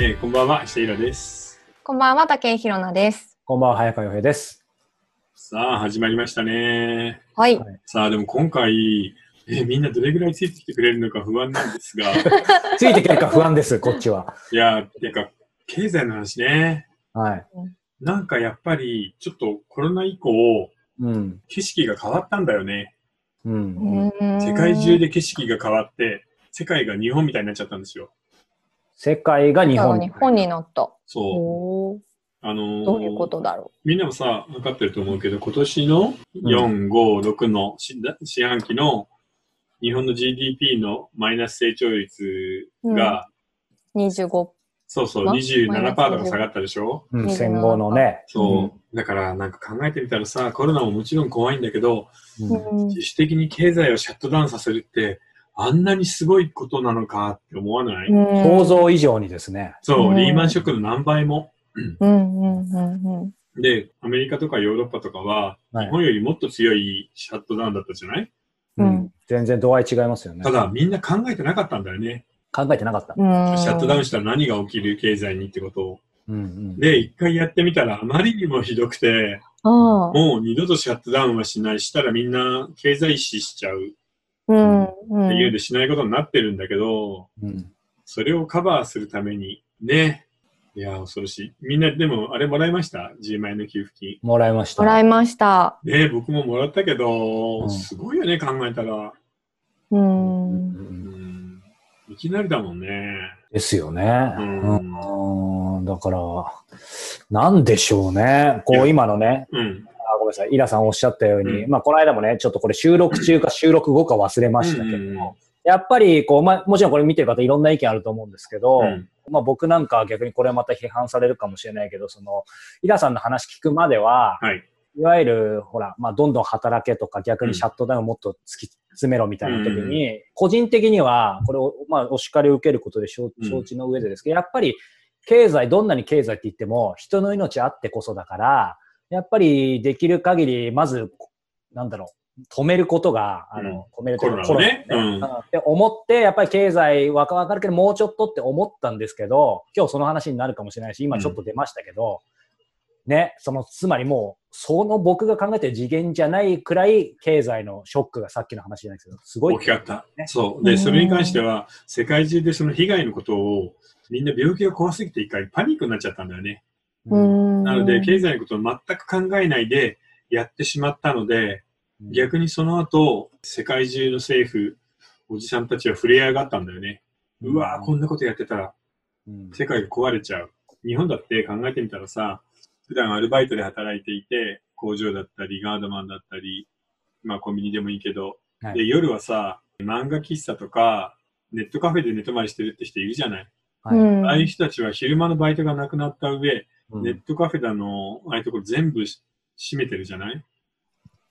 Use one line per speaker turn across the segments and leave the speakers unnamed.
えーこんばんは、下平です。
こんばんは、竹井ひろなです。
こんばんは、早川洋平です。
さあ、始まりましたね。
はい。
はい
さあ、でも今回、えーみんなどれぐらいついてきてくれるのか不安なんです が、い
ついてくるか不安です、こっちは。
やー、てか、経済の話ね。
はい。
なんかやっぱり、ちょっとコロナ以降、
うん。
景色が変わったんだよね。
う。
うんーん
世界中。で景色が変わって、世界が日本みたいになっちゃったんですよ。
世界が日
そう
本。
日本になった。
そう。
おー
あのー
どういうことだろ
みんなもさ、分かってると思うけど、今年の4、5、6のし四半期の日本の GDP のマイナス成長率が、
う。25。
そうそう、
ま
27%とか下がったでしょ
うん戦後のね。
そう、だからなんか考えてみたらさ、コロナももちろん怖いんだけど、
うん
うん
自主的に経済をシャットダウンさせるって、あんなにすごいことなのかって思わない、
想。像以上にですね。
そう、
うん
リーマンショックの何倍も。
うんうんうんうん。
で、アメリカとかヨーロッパとかは、
はい
日本よりもっと強いシャットダウンだったじゃない、
うん
うん全然度合い違いますよね
た。だ、みんな考えてなかったんだよね。
考えてなかった。
うん
シャットダウンしたら何が起きる経済にってことを。
うんうん
で、一回やってみたらあまりにもひどくて、
ああ
もう二度とシャットダウンはしない、したらみんな経済視しちゃうっ
うんうん
ていうんでしないことになってるんだけど、
うん
それをカバーするために、ね。いや、恐ろしい。みんな、でも、あれもらいました ?10 万円の給付金。
もらいました。
もらいました。
ね僕ももらったけ
う
ど、
ん
すごいよね、考えたら。
う。
うん
う
うん
ん。いきなりだもんね。
ですよね。
うん
うんだから、なんでしょうね。こう、今のね、
うん。
あごめんなさい、イラさんおっしゃったように、
うん
まあ、この間もね、ちょっとこれ収録中か収録後か忘れましたけど、
うんうんうん
やっぱり、こう、まあ、もちろんこれ見てる方いろんな意見あると思うんですけど、
うん
まあ僕なんかは逆にこれまた批判されるかもしれないけど、その、イラさんの話聞くまでは、
はい。
いわゆる、ほら、まあどんどん働けとか逆にシャットダウンをもっと突き詰めろみたいな時に、個人的には、これを、まあお叱りを受けることで承
うん
承知の上でですけど、やっぱり経済、どんなに経済って言っても、人の命あってこそだから、やっぱりできる限り、まず、なんだろう、止めることが、あの、止めると
コ
いう
ロ
か
ナをね。
コロナを
う
ね
ん。
って思って、やっぱり経済わかわかるけど、もうちょっとって思ったんですけど、今日その話になるかもしれないし、今ちょっと出ましたけど、ね、その、つまりもう、その僕が考えてる次元じゃないくらい、経済のショックがさっきの話じゃないですけど、すごい。
大きかった
ね。
そう。
う
で、
ん
それに関しては、世界中でその被害のことを、みんな病気が怖すぎて一回パニックになっちゃったんだよね。
うん
なの
う
で、
ん
経済のことを全く考えないでやってしまったので、逆にその後、世界中の政府、おじさんたちは触れ上がったんだよね。うわぁ、こんなことやってたら、
うん
世界が壊れちゃう。日本だって考えてみたらさ、普段アルバイトで働いていて、工場だったり、ガードマンだったり、まあコンビニでもいいけど、
はい
で夜はさ、漫画喫茶とか、ネットカフェで寝泊まりしてるって人いるじゃない。
はい
うん
ああいう人たちは昼間のバイトがなくなった上、
うん
ネットカフェだの、ああいうところ全部し閉めてるじゃない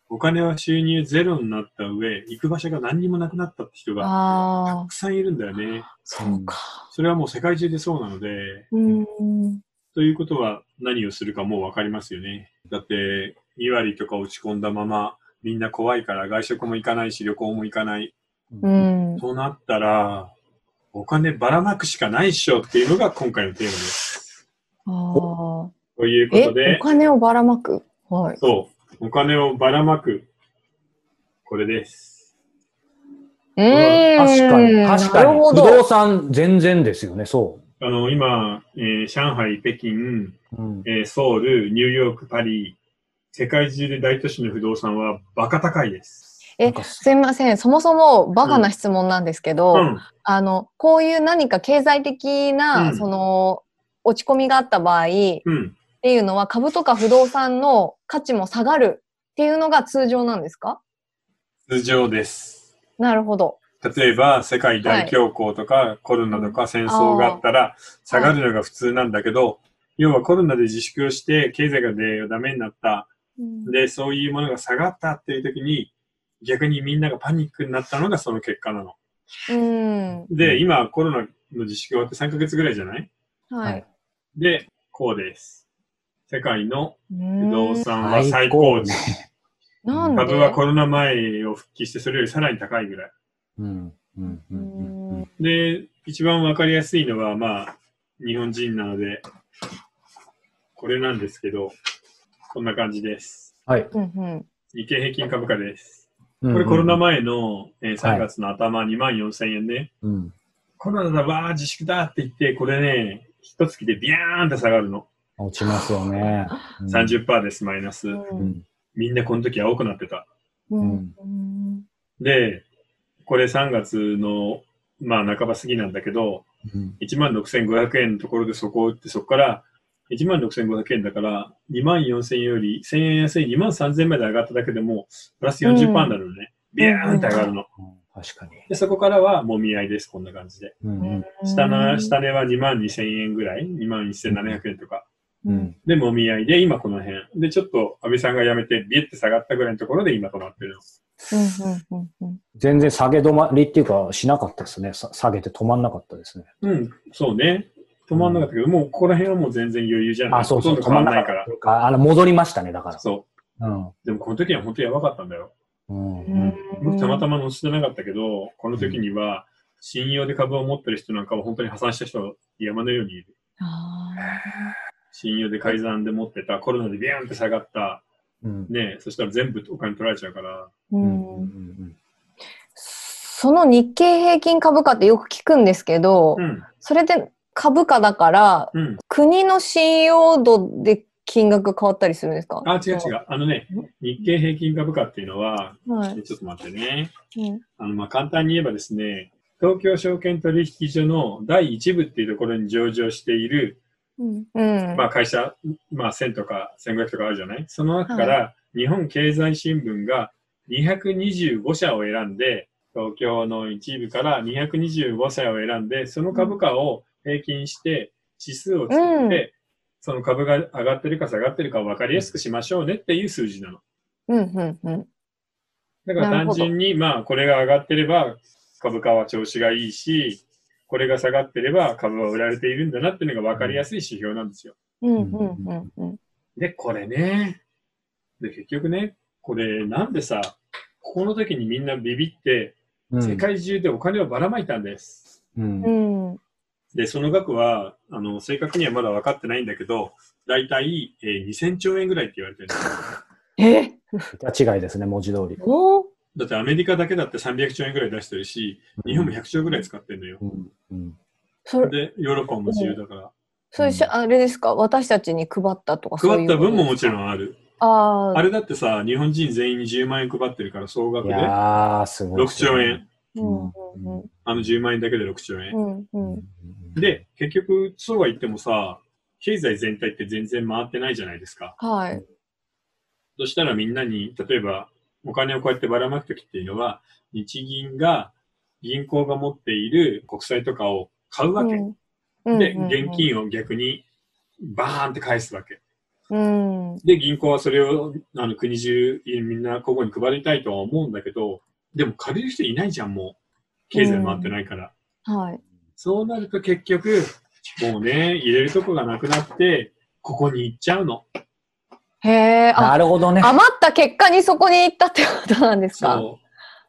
お金は収入ゼロになった上、行く場所が何にもなくなったって人が
あ
た
あ、
くさんいるんだよね。
そうか。
それはもう世界中でそうなので、
うん。
ということは何をするかもうわかりますよね。だって、2割とか落ち込んだまま、みんな怖いから外食も行かないし、旅行も行かない。
う
うん
ん。
となったら、お金ばらまくしかないっしょっていうのが今回のテーマです。
ああ。
というこ
え、
とで
お、金をばらまくはい。
そう、お金をばらまく、これです。
う
確かに、
ーん
確か
なる
に。不
ほ
動
ど。
産全然ですよね、そ
あの、今、えー上海、北京、
う。うん
えーソウル、ニューヨーク、パリ、世界中で大都市の不動産はバカ高いです。
え、すいません。そもそもバカな質問なんですけど、
うん。
あの、こういう何か経済的
う
な、
ん
その、落ち込みがあった場合っ
うん。
ていうのは、株とか不動産の価値も下がるっていうのが通常なんですか
通常です。
なるほど。
例えば世界大恐慌とか、コロナとか戦争があったら下がるのが普通なんだけど、要はコロナで自粛をして経済がでダメになった
うん
でそういうものが下がったっていう時に逆にみんながパニックになったのがその結果なの。
うん。
で
うん
今コロナの自粛終わって3ヶ月ぐらいじゃない
はい。
でこうです。世界の
う
不動
ん
産は最高値。
なんで
株はコロナ前を復帰してそれよりさらに高いぐらい。
うんうんうんうんうん
うん
で、一番わかりやすいのは、まあ、え日本人なので、これなんですけど、こんな感じです。
はい。
うんうん。
日経平均株価です。
こ
これコロナ前
前。
の、えー3月の頭、2万4千円ね。
うん。
コロナだわー自粛だって言って、これね、一月でビャーンって下がるの。
落ちますよね。うん。
30%です、マイナス。
う
うん
ん。
みんなこの時青くなってた。
うんうん
で、これ3月の、まあ半ば過ぎなんだけど、
うん。
16,500円のところでそこを打って、そこから16,500円だから、24,000円より1,000円安い23,000円まで上がっただけでも、プラス40%になるのね。ビャーンって上がるの。
確かに。
で、そこからはもみ合いです、こんな感じで。
うんうん。
下の、下値は22,000円ぐらい ?21,700 円とか。
うん。
で、もみ合いで、今この辺。で、ちょっと安倍さんが辞めて、ビュって下がったぐらいのところで今止まってるの。
うんうんうん
全然下げ止まりっていうか、しなかったですね。さ下げて止まんなかったですね。
うん、そうね。止まんなかったけど、もうここら辺はもう全然余裕じゃない。
あ、そうそう、
ほとんど
止ま
変
ん
わ
なんか
な
っ
いから
たと。いうか。あの、戻りましたね、だから。
そ
うん。
う。でもこの時は本当にやばかったんだよ。
うん。
う
うんん。
僕たまたま乗せてなかったけど、この時には、信用で株を持ってる人なんかは本当に破産した人が山のようにいる。
あ
信用で改ざんで持ってた、コロナでビャーンって下がった、
うん。
ね、そしたら全部お金取られちゃうから、
ーう
うんん。
その日経平均株価ってよく聞くんですけど、
うん、
それで株価だから
うん。
国の信用度で金額変わったりするんですか
あ、違う違う。あのね、日経平均株価っていうのは、
う。はい。
ちょっと待ってね。
うん
あの、まあ、簡単に言えばですね、東京証券取引所の第一部っていうところに上場している、
うん。うん
まあ、会社、まあ、1000とか1500とかあるじゃないその中から、日本経済新聞が225社を選んで、東京の一部から225社を選んで、その株価を平均して、指数を作って、
うん
その株が上がってるか下がってるかを分かりやすくしましょうねっていう数字なの。
うんうんうん。
だから単
なる
純に、まあ、これが上がってれば株価は調子がいいし、これが下がってれば株は売られているんだなっていうのが分かりやすい指標なんですよ。
うんうんうんうん。
で、これね。で、結局ね、これなんでさ、ここの時にみんなビビって、
うん。
世界中でお金をばらまいたんです。
うん。
うん。
で、その額は、あの、正確にはまだ分かってないんだけど、だいたい、えー2000兆円ぐらいって言われてるんですよ
え
桁違いですね、文字通り。
おー
だってアメリカだけだって300兆円ぐらい出してるし、日本も100兆ぐらい使ってるのよ。
うん。うん。
それ、
で、ヨーロッパも自由だから。
それしゃ、あれですか私たちに配ったとかそう
配
い
っ
うこ
た
と
分ももちろんある。
あ
あれだってさ、日本人全員に10万円配ってるから、総額
い
で
やー、すごい。
6兆円。。
ーうんうん
あの10万円だけで6兆円。
うんう
うん
うんん。。
で、結局、そうは言ってもさ、経済全体って全然回ってないじゃないですか。
はい。
そしたらみんなに、例えば、お金をこうやってばらまくときっていうのは、日銀が、銀行が持っている国債とかを買うわけ。
うん
で、現。金を逆に、バーンって返すわけ。
うんうん
で、銀行はそれを、あの、国中、みんなここに配りたいとは思うんだけど、でも借りる人いないじゃん、もう。経済回ってないから。
うん。はい。
そうなると結局、もうね、入れるとこがなくなって、ここに行っちゃうの。
へえ、
な
あ、
るほどね。
余った結果にそこに行ったってことなんですか
そ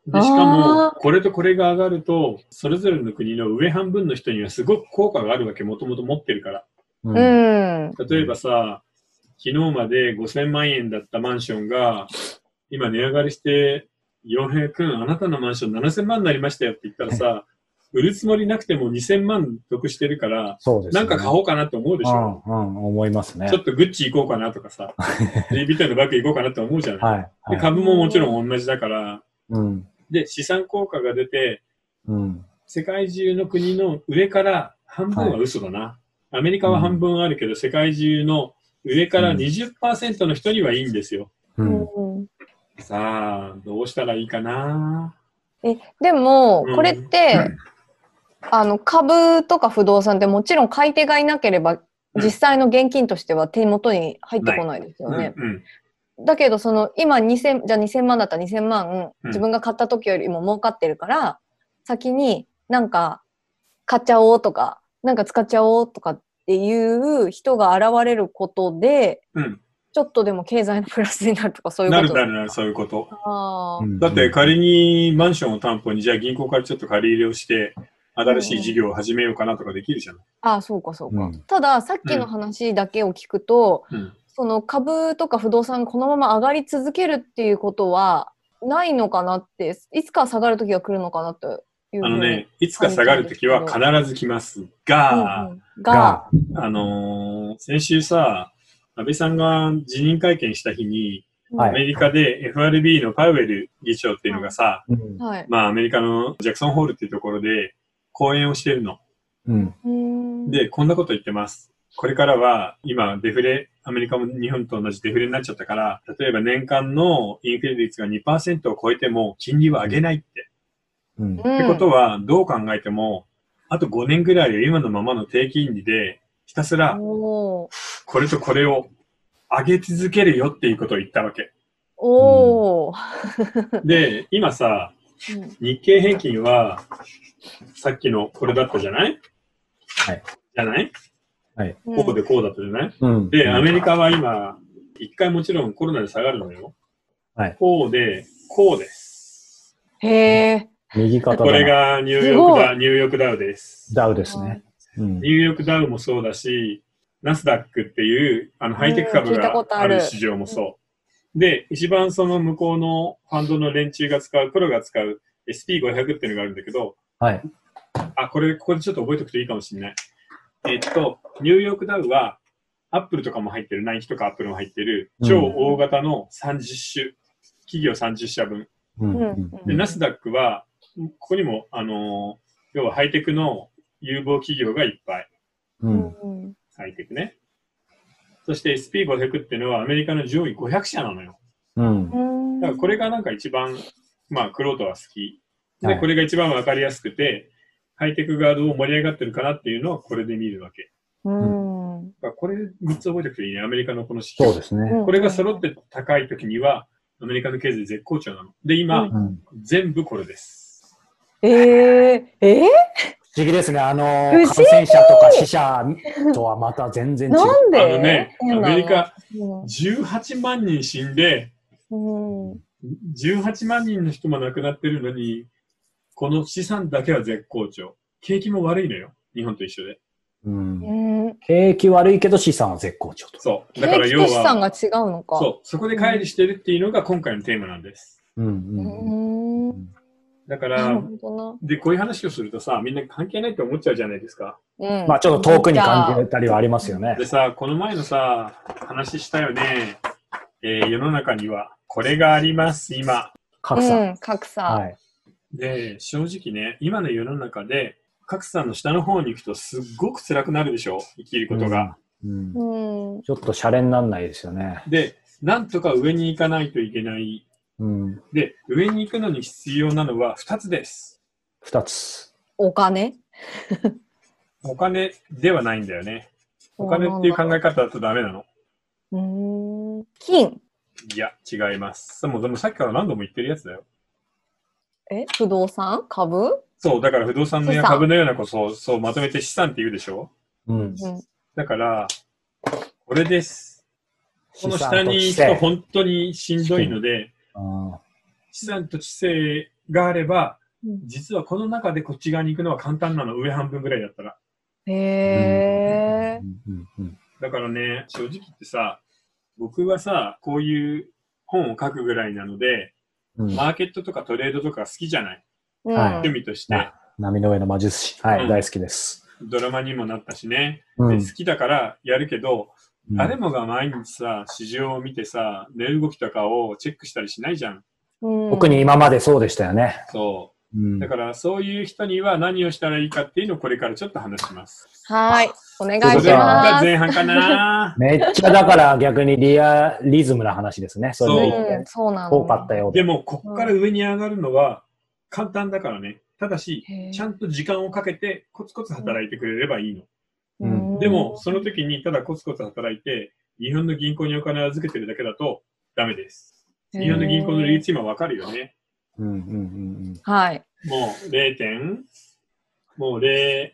う。で、しか
あ
も、
ー
これとこれが上がると、それぞれの国の上半分の人にはすごく効果があるわけ、もともと持ってるから。
う
う。ん。
例えばさ、昨日まで5000万円だったマンションが、今値上がりして、洋平くん、あなたのマンション7000万になりましたよって言ったらさ、売るつもりなくても2000万得してるから、
そうです
な
ね。
んか買おうかなって思うでしょ。
うん、うん、思いますね
ちょ。っとグッチ行こうかなとか さ、リビットのバッグ行こうかなって思うじゃない、
はい。は
で
い。
株ももちろん同じだから、
うん。
で、資産効果が出て、
うん。
世界中の国の上から半分は嘘だな。アメリカは半分あるけど、世界中の上から
うん
20%の人にはいいんですよ。
うん。
うん
さあ、どうしたらいいかな
えでも
うん
これって、あの株とか不動産ってもちろん買い手がいなければ
うん
実際の現金としては手元に入ってこないですよね。
うん、
だけどその今2000じゃあ2000万だったら2000万
うん
自分が買った時よりも儲かってるから、先になんか買っちゃおうとかなんか使っちゃおうとかっていう人が現れることで
うん。
ちょっとでも経済のプラスになるとかそう
う
い
ん。
うこ
な
と
るなるなる、そういうこと。
あー
うん
だって仮にマンションを担保に、じゃあ銀行からちょっと借り入れをして、新しい事業を始めようかなとかできるじゃない。
ああ、そうかそうか。
うん
ただ、さっきの話だけを聞くと、
うん
その株とか不動産がこのまま上がり続けるっていうことはないのかなって、いつか下がる時が来るのかなというふう
あ
に
のね、いつか下がるときは必ず来ます
うんう
が、
んが、
あのー先週さ、安倍さんが辞任会見した日に、
うん
は
ア
い
メリカで FRB のパウエル議長っていうのがさ、
うん
はい。
まあアメリカのジャクソンホールっていうところで講演をしてるの。
うん
うーん
で、こんなこと言ってます。これからは、今、デフレ、アメリカも日本と同じデフレになっちゃったから、例えば年間のインフレ率が2%を超えても、金利は上げないって。
うん
うん
ってことは、どう考えても、あと5年ぐらいは今のままの低金利で、ひたすら、
おー
これとこれを上げ続けるよっていうことを言ったわけ。
おー、
で、今さ、
うん
日経平均は、さっきのこれだったじゃない
はい。
じゃない
うん
こうでこうだったじゃない
うん
で、アメリカは今、一回もちろんコロナで下がるのよ。
はい
こうで、こうです。
へえ。
右肩だ
こ
な
れがニューヨークダウ、ニューヨークダウです。
ダウですね。うん
ニューヨークダウもそうだし、ナスダックっていうあのハイテク株
うん聞いた
が
こと
あ
ある
る市場もそう。で、一番その向こうのファンドの連中が使う、プロが使う SP500 っていうのがあるんだけど、
はい。
あ、これ、ここでちょっと覚えておくといいかもしれない。えっと、ニューヨークダウは、アップルとかも入ってる、ナイキとかアップルも入ってる、超大型の30種、企業30社分。
うん
うんう
で、
ん
ナスダックは、ここにも、あのー要はハイテクの有望企業がいっぱい。
う
うんん
ハイテクね。そして SP500 っていうのはアメリカの上位500社なのよ。
うん
う。ん
だからこれがなんか一番、まあ、クロートは好き。で、
はい
これが一番わかりやすくて、ハイテクがどう盛り上がってるかなっていうのはこれで見るわけ。
うんうん
まあこれ3つ覚えておくといいね、アメリカのこの指
そう
標。
ですね。
これが揃って高い時には、アメリカの経済絶好調なの。で、今、
うん
うん
全部これです。
えー、えー、
不思議ですね。あの
不思
ー、
議
感染者とか死者とはまた全然違う。
なんで
あのね、ア
変な
メリカ
うん
18万人死んで、
うん
18万人の人も亡くなってるのに、この資産だけは絶好調。景気も悪いのよ。日本と一緒で。
うん
うん、
景気悪いけど資産は絶好調と。
そう。だから
景気
要
と資産
は、
が違うのか。
そう、そこで乖離してるっていうのが今回のテーマなんです。
うん
う
うん
ーん。
だか
なる
ら、
ほ
で、こういう話をするとさ、みんな関係ないって思っちゃうじゃないですか。
どな。うん。
まあちょっと遠くに感じたりはありますよね
で。さ、この前のさ、話したよね。えー世の中には、これがあります、今。
格差。
うん、格差。
はい。
で、正直ね、今の世の中で、格差の下の方に行くと、すっごく辛くなるでしょ生きることが。
うん
うん。
ちょっとシャレになんないですよね。
で、なんとか上に行かないといけない。
うん。
で、上に行くのに必要なのは2つです。
二つ。
お金
お金ではないんだよね。お金っていう考え方だとダメなの。
うーん。金。
いや、違います。もうでもさっきから何度も言ってるやつだよ。
え不動産株
そう、だから不動産のや
資産
株のようなこそ、そう、まとめて資産って言うでしょ
うん。
うん。
だから、これです。この
資産
下
と
に
知
行くと
性。
本当にしんどいので、
うん
資産と知性があれば、
うん
実はこの中でこっち側に行くのは簡単なの、上半分ぐらいだったら。
へえ。
うんうん
だからね、正直言ってさ、僕はさ、こういう本を書くぐらいなので、
うんうん
マーケットとかトレードとか好きじゃない。
うん
はい
趣味として
ね、波の上の魔術師。は
うん
い、大好きです。
ドラマにもなったしね。
う
で
ん
好きだからやるけど、誰
も
もが毎日さ、市場を見てさ、値動きとかをチェックしたりしないじゃん。
うん
特に今までそうでしたよね。
そうう。
ん
だから、そういう人には何をしたらいいかっていうのをこれからちょっと話します。
はい。お願い
こ
し
れが
ます。
前半かな
めっちゃだから逆にリアリズムな話ですね。それで言っ
う
て
ん、。そうなの。
多かったよう
で
で。
も、こっから上に上がるのは簡単だからね。ただし、
へー
ちゃんと時間をかけてコツコツ働いてくれればいいの。
うん
でも、その時にただコツコツ働いて、日本の銀行にお金を預けてるだけだとダメです。日本の銀行のリーチ今わかるよね。
うんうんうんうん
はい。
もう0点、もう0、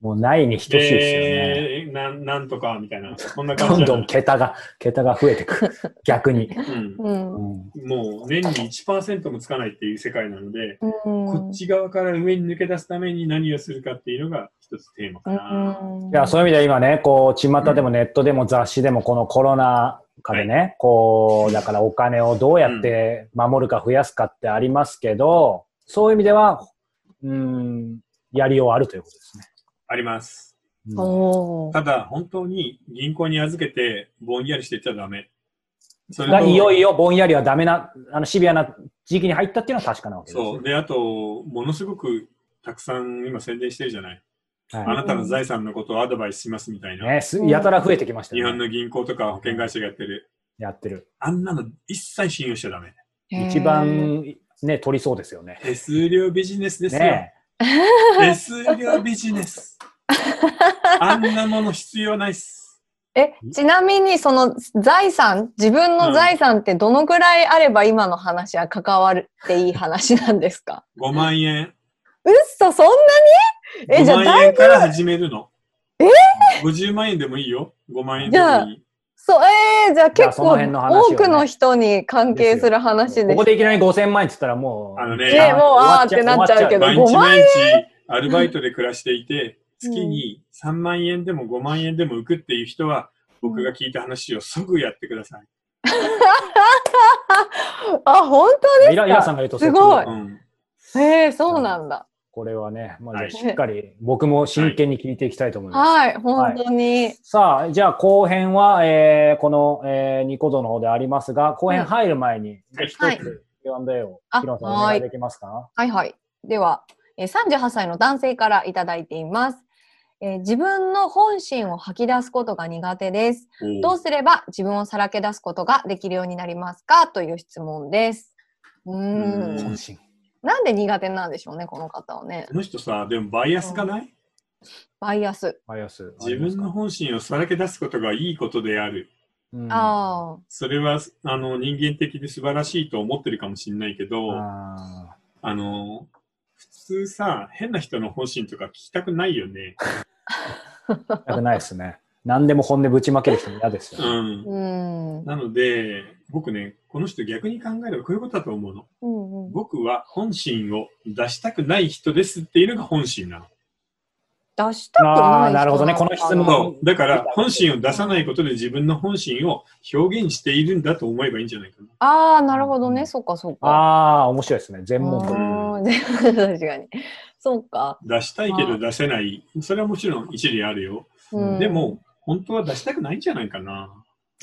もうないに等しいですよね。
えーなんなんとかみたいな、こんな
ど
感
ん
じ
ど
なんんだ
桁が、桁が増えてくる。逆に。
うん
うん。
うん
もう年に1%もつかないっていう世界なので、
うん
こっち側から上に抜け出すために何をするかっていうのが一つテーマかな。
うん
いや、そういう意味では今ね、こう、巷でもネットでも雑誌でもこのコロナ禍でね、こう、だからお金をどうやって守るか増やすかってありますけど、そういう意味では、うん、やりようあるということですね。
あります。
うん
おー
ただ、本当に銀行に預けてぼんやりしていっちゃダメ。それ
が
と
いよいよぼんやりはダメな、あのシビアな時期に入ったっていうのは確かなわけですね、
そう。で、あと、ものすごくたくさん今宣伝してるじゃない。
はい
あなたの財産のことをアドバイスしますみたいな。
ね、すやたら増えてきました
日
よ
本
ね。
の銀行とか保険会社がやってる。
やってる。
あんなの一切信用しちゃダメ。
一。番ね、取りそうですよね。
手数料ビジネスですよ。
ね
手数料ビジネス。あんなもの必要ないっす。
え、ちなみにその財産、自分の財産ってどのぐらいあれば今の話は関わるっていい話なんですか
5万円。
うっそ、そんなにえ、
5
じゃあ
万
だい
円
ぶ、
から始めるの。
え
ー、?50 万円でもいいよ。5万円でもいい。
そう、えー、じゃあ結
その
構
辺の話をね
多くの人に関係する話です。
ここでいきなり5000万円って言ったらもう、
あのね
ねもうあーって
終わ
なっちゃうけど
毎
5
日
万
毎日アルバイトで暮らしていて、月に3万円でも5万円でも浮くっていう人は、僕が聞いた話をすぐやってください。
あ、本
イライラさんが言うとそう
すごい
うん。
当えー、そうなんだ。
これはね、まあ、
はい
じゃあしっかり僕も真剣に聞いていきたいと思います。
はい、本当に。
さあ、じゃあ後編は、えーこの、えーニコ動の方でありますが、後編入る前に、
はい
一つ Q&A を、
あ
ヒロさんお願いできますか
はいはい。では、えー38歳の男性からいただいています。えー自分の本心を吐き出すことが苦手です。どうすれば自分をさらけ出すことができるようになりますかという質問です。うーん
う
本心。
なんで苦手なんでしょうね、この方はね
こ。の人さ、でもバイアスがない、
バイアス。
バイアスあ
自
ります
分
か
の本心をさらけ出すことがいいことである。
うんあ
あ
それはあの人間的で素晴らしいと思ってるかもしれないけど、あ
ー
の普通さ、変な人の本心とか聞きたくないよね。
なくないですね。何でも本音ぶちまける人も嫌ですよ、
う
ね
あ。
ん
う。ん。うん
なので、僕ね、この人逆に考えればこういうことだと思うの。
うん
僕は本心を出したくない人ですっていうのが本心なの。
出したくない人
あ
な
ー
の
なるほどねこの質問
そうだから、本心を出さないことで自分の本心を表現しているんだと思えばいいんじゃないかな。
ああ、なるほどね。
うん
そうか、そうか。
ああ、面白いですね。全問答。
あー確かに。そうか。
出したいけど出せない。それはもちろん一理あるよ。
うん
でも、本当は出したくないんじゃないかな。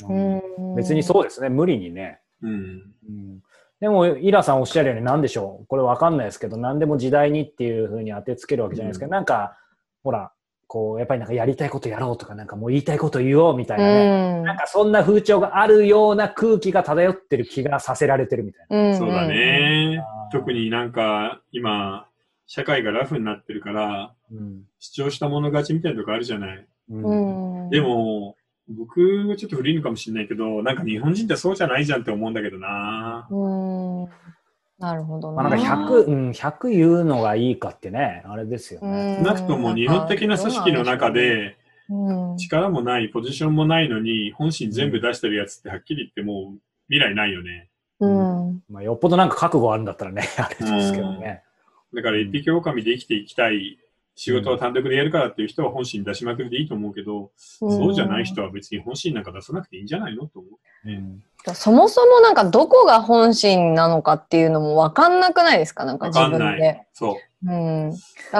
うん
うん
別にそうですね。無理にね。
うん。
うんでも、イラさんおっしゃるように、なんでしょう、これわかんないですけど、何でも時代にっていうふうに当てつけるわけじゃないですけど、なんか、ほら、こう、やっぱりなんかやりたいことやろうとか、なんかもう言いたいこと言おうみたいなね、
うん
なんかそんな風潮があるような空気が漂ってる気がさせられてるみたい
うん
そうだね。
な。
特になんか、今、社会がラフになってるから、
うん。
主張した者勝ちみたいなとこあるじゃない。
う。
うんん、
でも、僕はちょっと古いのかもしれないけど、なんか日本人ってそうじゃないじゃんって思うんだけどな。
うん、なるほど
まあ、なんか100、うん、100言うのがいいかってね、あれですよね。
少なくとも日本的な組織の中、で、
うん
力もない、ポジションもないのに、本心全部出してるやつってはっきり言ってもう未来ないよね。
うん
まあ、よっぽどなんか覚悟あるんだったらね、あれですけどね。
だから一匹狼で生きていきたい、仕事は単独でやるからっていう人は本心出しまくりでいいと思うけど、そうじゃない人は別に本心なんか出さなくていいんじゃないのと思う。
うん
そもそもなんかどこが本心なのかっていうのも分かんなくないですかなんか
わ
自
かん
分
な
で
い。。そう。
うん。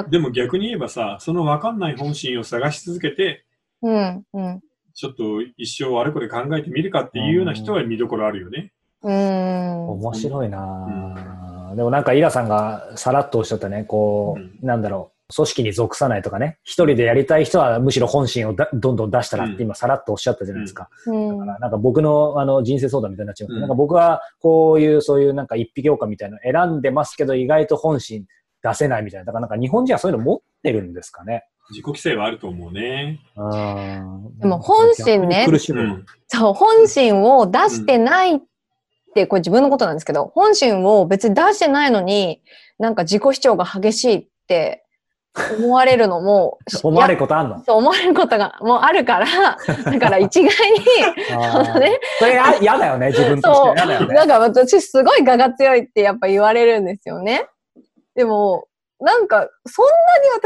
でも逆に言えばさ、そのわかんない本心を探し続けて、
うん。うん。
ちょっと一生あれこれ考えてみるかっていうような人は見どころあるよね。
うん。
面白いな、ぁでもなんかイラさんがさらっとおっしゃったね、こう、
う
なんだろう、組織に属さないとかね、一人でやりたい人はむしろ本心をだどんどん出したらっ
う
て
ん
今さらっとおっしゃったじゃないですか。
うん
だからなんか僕のあの人生相談みたいになっちゃう、
うん
なんか僕はこういうそういうなんか一匹狼みたいなの選んでますけど意外と本心出せないみたいな。だからなんか日本人はそういうの持ってるんですかね。
自己規制はあると思うね。
うん
でも本心ね
逆に苦し
う
む。
ん。
そう、本心を出してないって、これ自分のことなんですけど、本心を別に出してないのに、なんか自己主張が激しいって、思われるのも、
思われることあんの
そう思われることがもうあるから、だから一概に、
あ
その
ー
ね、
それや嫌だよね、自分として
そ
は。嫌だよ
う。
ね。
なんか私すごい我が強いってやっぱ言われるんですよね。でも、なんかそんな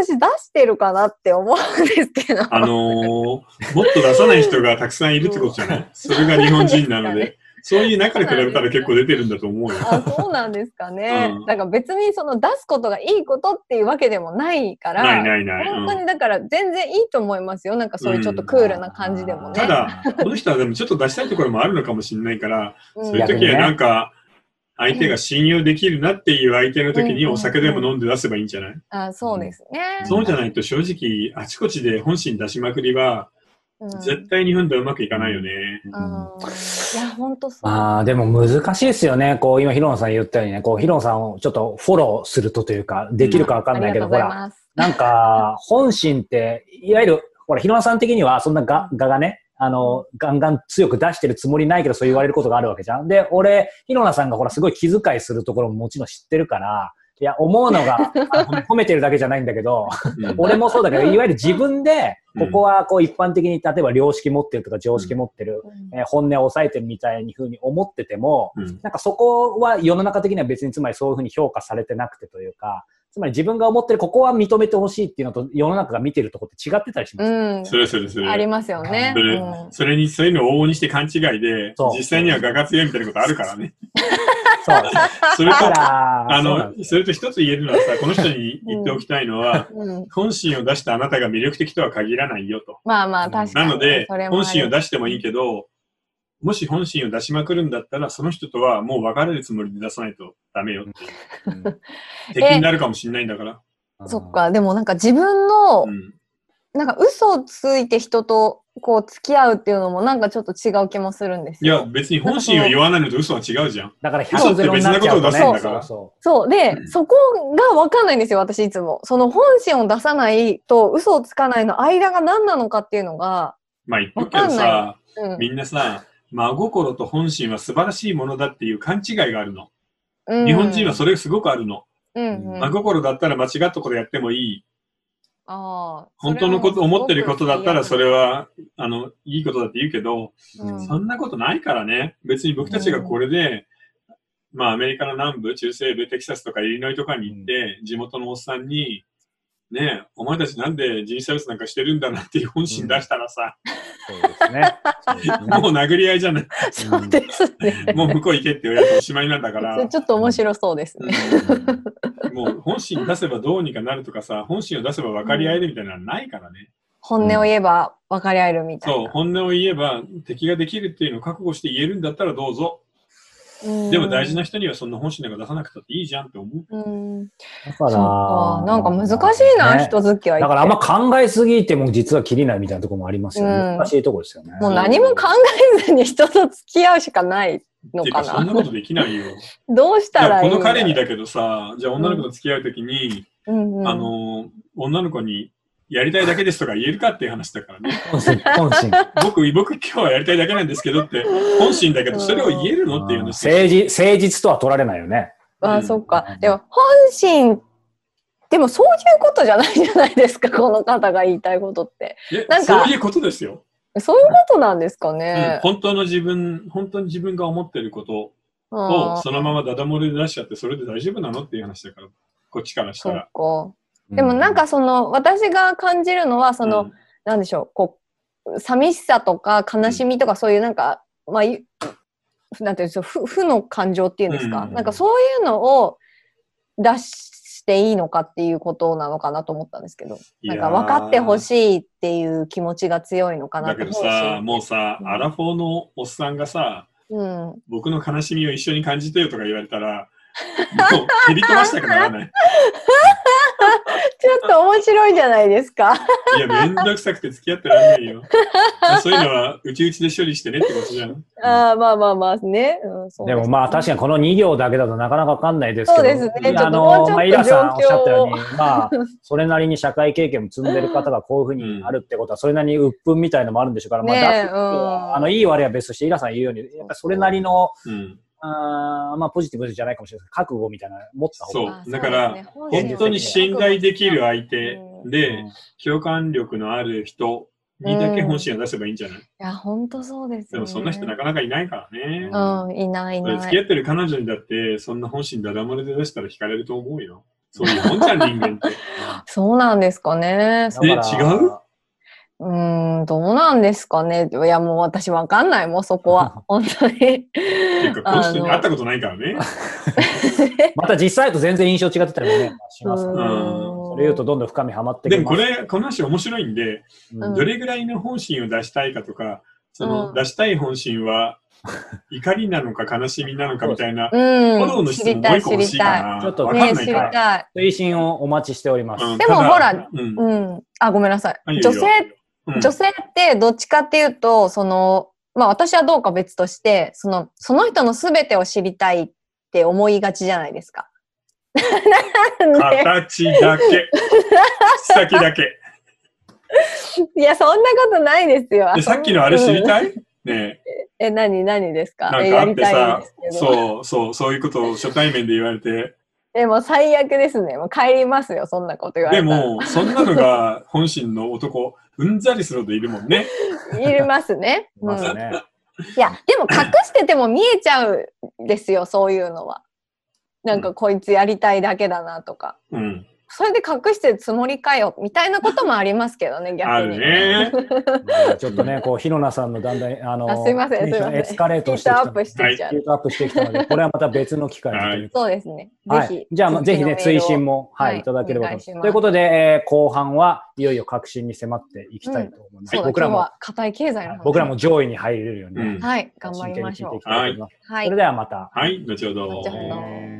に私出してるかなって思うんですけど。
あのーもっと出さない人がたくさんいるってことじゃないそれが日本人なので。そういう中で比べたら結構出てるんだと思うよ。
あそうなんですかね。
うん
だから別にその出すことがいいことっていうわけでもないから、
ないないない。
本当
う
に
ん
だから全然いいと思いますよ。なんかそういうちょっとクールな感じでもね。
ただ、この人はでもちょっと出したいところもあるのかもしれないから、
うん
そういう時はなんか、相手が信用できるなっていう相手の時にお酒でも飲んで出せばいいんじゃない
あそうですね。
そうじゃないと正直、あちこちで本心出しまくりは、
うん
絶対日本ではうまくいかないよね。
う ん
うんいや、本当そう。
ああ、でも難しいですよね。こう、今、ヒロンさん言ったようにね、こう、ヒロンさんをちょっとフォローするとというか、できるかわかんないけど、
あり
ほ
がとうござ
ら、
います。
なんか、本心って、いわゆる、ほら、ヒロンさん的には、そんなが、ががね、あの、ガンガン強く出してるつもりないけど、そう言われることがあるわけじゃん。で、俺、ヒロナさんがほら、すごい気遣いするところももちろん知ってるから、いや、思うの が、あの褒めてるだけじゃないんだけど、
うん
俺もそうだけど、いわゆる自分で、
うん
ここはこう一般的に、例えば良識持ってるとか常識持ってる、
うん
えー本音を抑えてるみたいに風に思ってても、
うん
なんかそこは世の中的には別につまりそういうふうに評価されてなくてというか、つまり自分が思ってるここは認めてほしいっていうのと世の中が見てるとこって違ってたりします。
うん
それそれそれ。
ありますよね。
それ
うん
それにそういうのを往々にして勘違いで
そ、う
実際には画が強いみたいなことあるからね。
そう。
それ
だ
と、
から、
あ
そうな
の
んで、す
それと一つ言えるのはさ、この人に言っておきたいのは、
うん
本心を出したあなたが魅力的とは限らないよと。
まあまあ、確か
な
に。
ので、
それも
本
あり
心を出してもいいけど、もし本心を出しまくるんだったら、その人とはもう別れるつもりで出さないとダメよって。敵になるかもしれないんだから。
うん
そっか、でもなんか自分の
う、ん
なんか嘘をついて人とこう付き合うっていうのもなんかちょっと違う気もするんです
いや、
よ。
別に本心を言わないのと嘘は違うじゃん。
だから
嘘
100
って
ゼロに
別
なっ
な
ち
こと
ゃう
を
と
出
ね。
すんだか
そう
ら。
そ
そう。で
う、ん
そこがわかんないんですよ、私いつも。その本心を出さないと嘘をつかないの間が何なのかっていうのが、
まあ言っとくけど
わかんない
さ、
うん。
みんなさ、真心と本心は素晴らしいものだっていう勘違いがあるの。
うん
日本人はそれがすごくあるの。
うんうん
真心だったら間違ったことやってもいい。
ああ
本当のこと、思ってることだったらそれ、は、あの、いいことだって言うけど、
それはもうすご
そ
く
んなことないからね。別に僕たちがこれで、まあアメリカの南部、中西部、テキサスとかイリノイとかに行って、地元のおっさんに、ねえ、お前たちなんで人種差別なんかしてるんだなっていう本心出したらさ、
う。そうですね。そうで すね
もう殴り合いじゃない。
嫌そうですね。
もう向こう行けって言われておしまいなんだから。
ちょっと面白 そうですね。
もう本心出せばどうにかなるとかさ、本心を出せば分かり合えるみたいなのはないからね。
本音を言えば分かり合えるみたい
そう、
な。
本音を言えば敵ができるっていうのを覚悟して言えるんだったらどうぞ。
うん
でも大事な人にはそんな本心なんか出さなくたっていいじゃんって思う。
うん。
だか
そ
ら
っか。なんか難しいな、
ね
人付き合いって。
だからあんま考えすぎても実はきりないみたいなところもありますよね。
うん
難しいところですよね。
もう何も考えずに人と付き合うしかないの
っていうか、
か
そんな
な。
ことでき ないよ。い
どうした
や
らい
こ
い
の彼に
だ
だけどさ、じゃあ女の子と付き合うときに、
うんうん
あの、女の子に、やりたいだけですとか言えるかっていう話だからね。
本心、本心。
僕、僕今日はやりたいだけなんですけどって、本心だけど、それを言えるのっていう
あー
話。
誠実、誠実とは取られないよね。
あ
う
あ、
ん
そっか。でも本心、でもそういうことじゃないじゃないですか、 この方が言いたいことって。
え
なん
そ
か
ういうことですよ。
そういうことなんですか
うん
ね。
本当の自分、本当に自分が思ってることをそのままダダ漏れで出しちゃって、それで大丈夫なのっていう話だから、こっちからした
そ
ら。
っか。でもなんかその私が感じるのはその、
うん
なんでしょうこう寂しさとか悲しみとかそういうなんか、まあいなんていうんですか負負の感情っていうんですか、
うん
なんかそういうのを出していいのかっていうことなのかなと思ったんですけど
い
な
や
ん
ー
か分かってほしいっていう気持ちが強いのか
だ
な
け
と
ど
思う
さ、
し、
もうさ、
うん
アラフォーのおっさんがさ、
うん、
僕の悲しみを一緒に感じてよとか言われたら、もう蹴り飛ばしたくなら ない。
ちょっと面白いじゃないですか
いや、めんどくさくて付き合ってられないよ。そういうのは、うちうちで処理してねってことじゃん。
あーまあまあまあね、うん、そう
でも
す
まあ確かにこの2行だけだとなかなかわかんないですけ
そ
ど、
うですね
あ
ちょっともうちょっ
の、
と
まあ、イラさんおっしゃったように
状、
まあ、それなりに社会経験も積んでる方がこういうふうにあるってことは、それなりに鬱憤みたいのもあるんでしょうから、まあ、
ねえ
だってことは
うん
あの、いい割は別として、イラさん言うように、やっぱりそれなりの、
うん。
あーまあ、ポジティブじゃないかもしれないですけど、覚悟みたいな、持った方
そう
が。
あ
だから、
そうですね
本当に信頼できる相手
うんい
で
うん、
共感力のある人にだけ本心を出せばいいんじゃない、
や、本当そうです
で
よ
も
ね。
そんな人なかなかいないからね。
うん、いないいな
付き合
い。
ってる彼女にだって、そんな本心だだ漏れで出したら惹かれると思うよ。そういうもんじゃん、人間 って。
そうなんですかね。
え違う
うーん、どうなんですかね。いや、もう私わかんない、もうそ こは。本当に。
ていうか、この人に会ったことないからね。
また実際と全然印象違ってたりもね、しますから、
うん
それ言うとどんどん深みはまって
で
き
も
ま
こ
す。
れ、この話面白いんで、
う
うん
ん
どれぐらいの本心を出したいかとか、その、
うん
出したい本心は、怒りなのか悲しみなのかみたいな、フォロー
う
の
ん、
質問
知り
もう
た
一
い、
個
知
欲
り
しい
た
かな。わ
ちょっと
か
い。
ん
ね
な
知
い
り
から。
たい。
推進をお待ちしております。
うん
でも
ただ
ほら
うん
うん。あ、ごめんなさい
あいい。よ
女性、
うん
女性ってどっちかっていうと、その、まあ私はどうか別として、その、その人の全てを知りたいって思いがちじゃないですか。 なんで
形だ け。先だけ。
いや、そんなことないですよ。
で、さっきのあれ知り
い、
たいね
え、何、何ですか
なん
え
か
や
あっ
り
て
たい
さ
んですけ
え、
ど。
そう、そう、そういうことを初対面で言われて、
え、もう最悪ですね。もう帰りますよ、そんなこと言われ
で
たら。
も、そんなのが本心の男、うんざりするほどいるもんね。
いま すね。
いう
ん、
ま
い
すね。
や、でも隠してても見えちゃうですよ、そういうのは。なんかこいつやりたいだけだなとか。
うん。
それで隠してるつもりかよ、みたいなこともありますけ どね、
あ
逆
る
に。
ね。
まあちょっとね、こう、ひろなさんのだんだん、あの、
あすいません
テン
すい
ション
ません
エスカレー
ヒ
ト
ー
して
トア
きたの
ップしてきちゃ
ヒ
う。
ートアップしてきたので、これはまた別の機会にという
そうですね。
はい
ぜひ。
じゃあ、まあぜひね、
次のメール
追
を
伸も、はい、
はい
い、ただければと
お
思い
願いし
ま。
ますす
ということで、えー後半はいよいよ革新に迫っていきたいと思いま
そ
す。
うだ、
僕ら
今日
も、
は硬い経済の話。
僕らも上位に入れるように、
うん
はい、頑張りましょ
真剣に聞いていうき。たいと思います。
は
そ
い
れ。ではまた。
はい、後ほど。
後ほど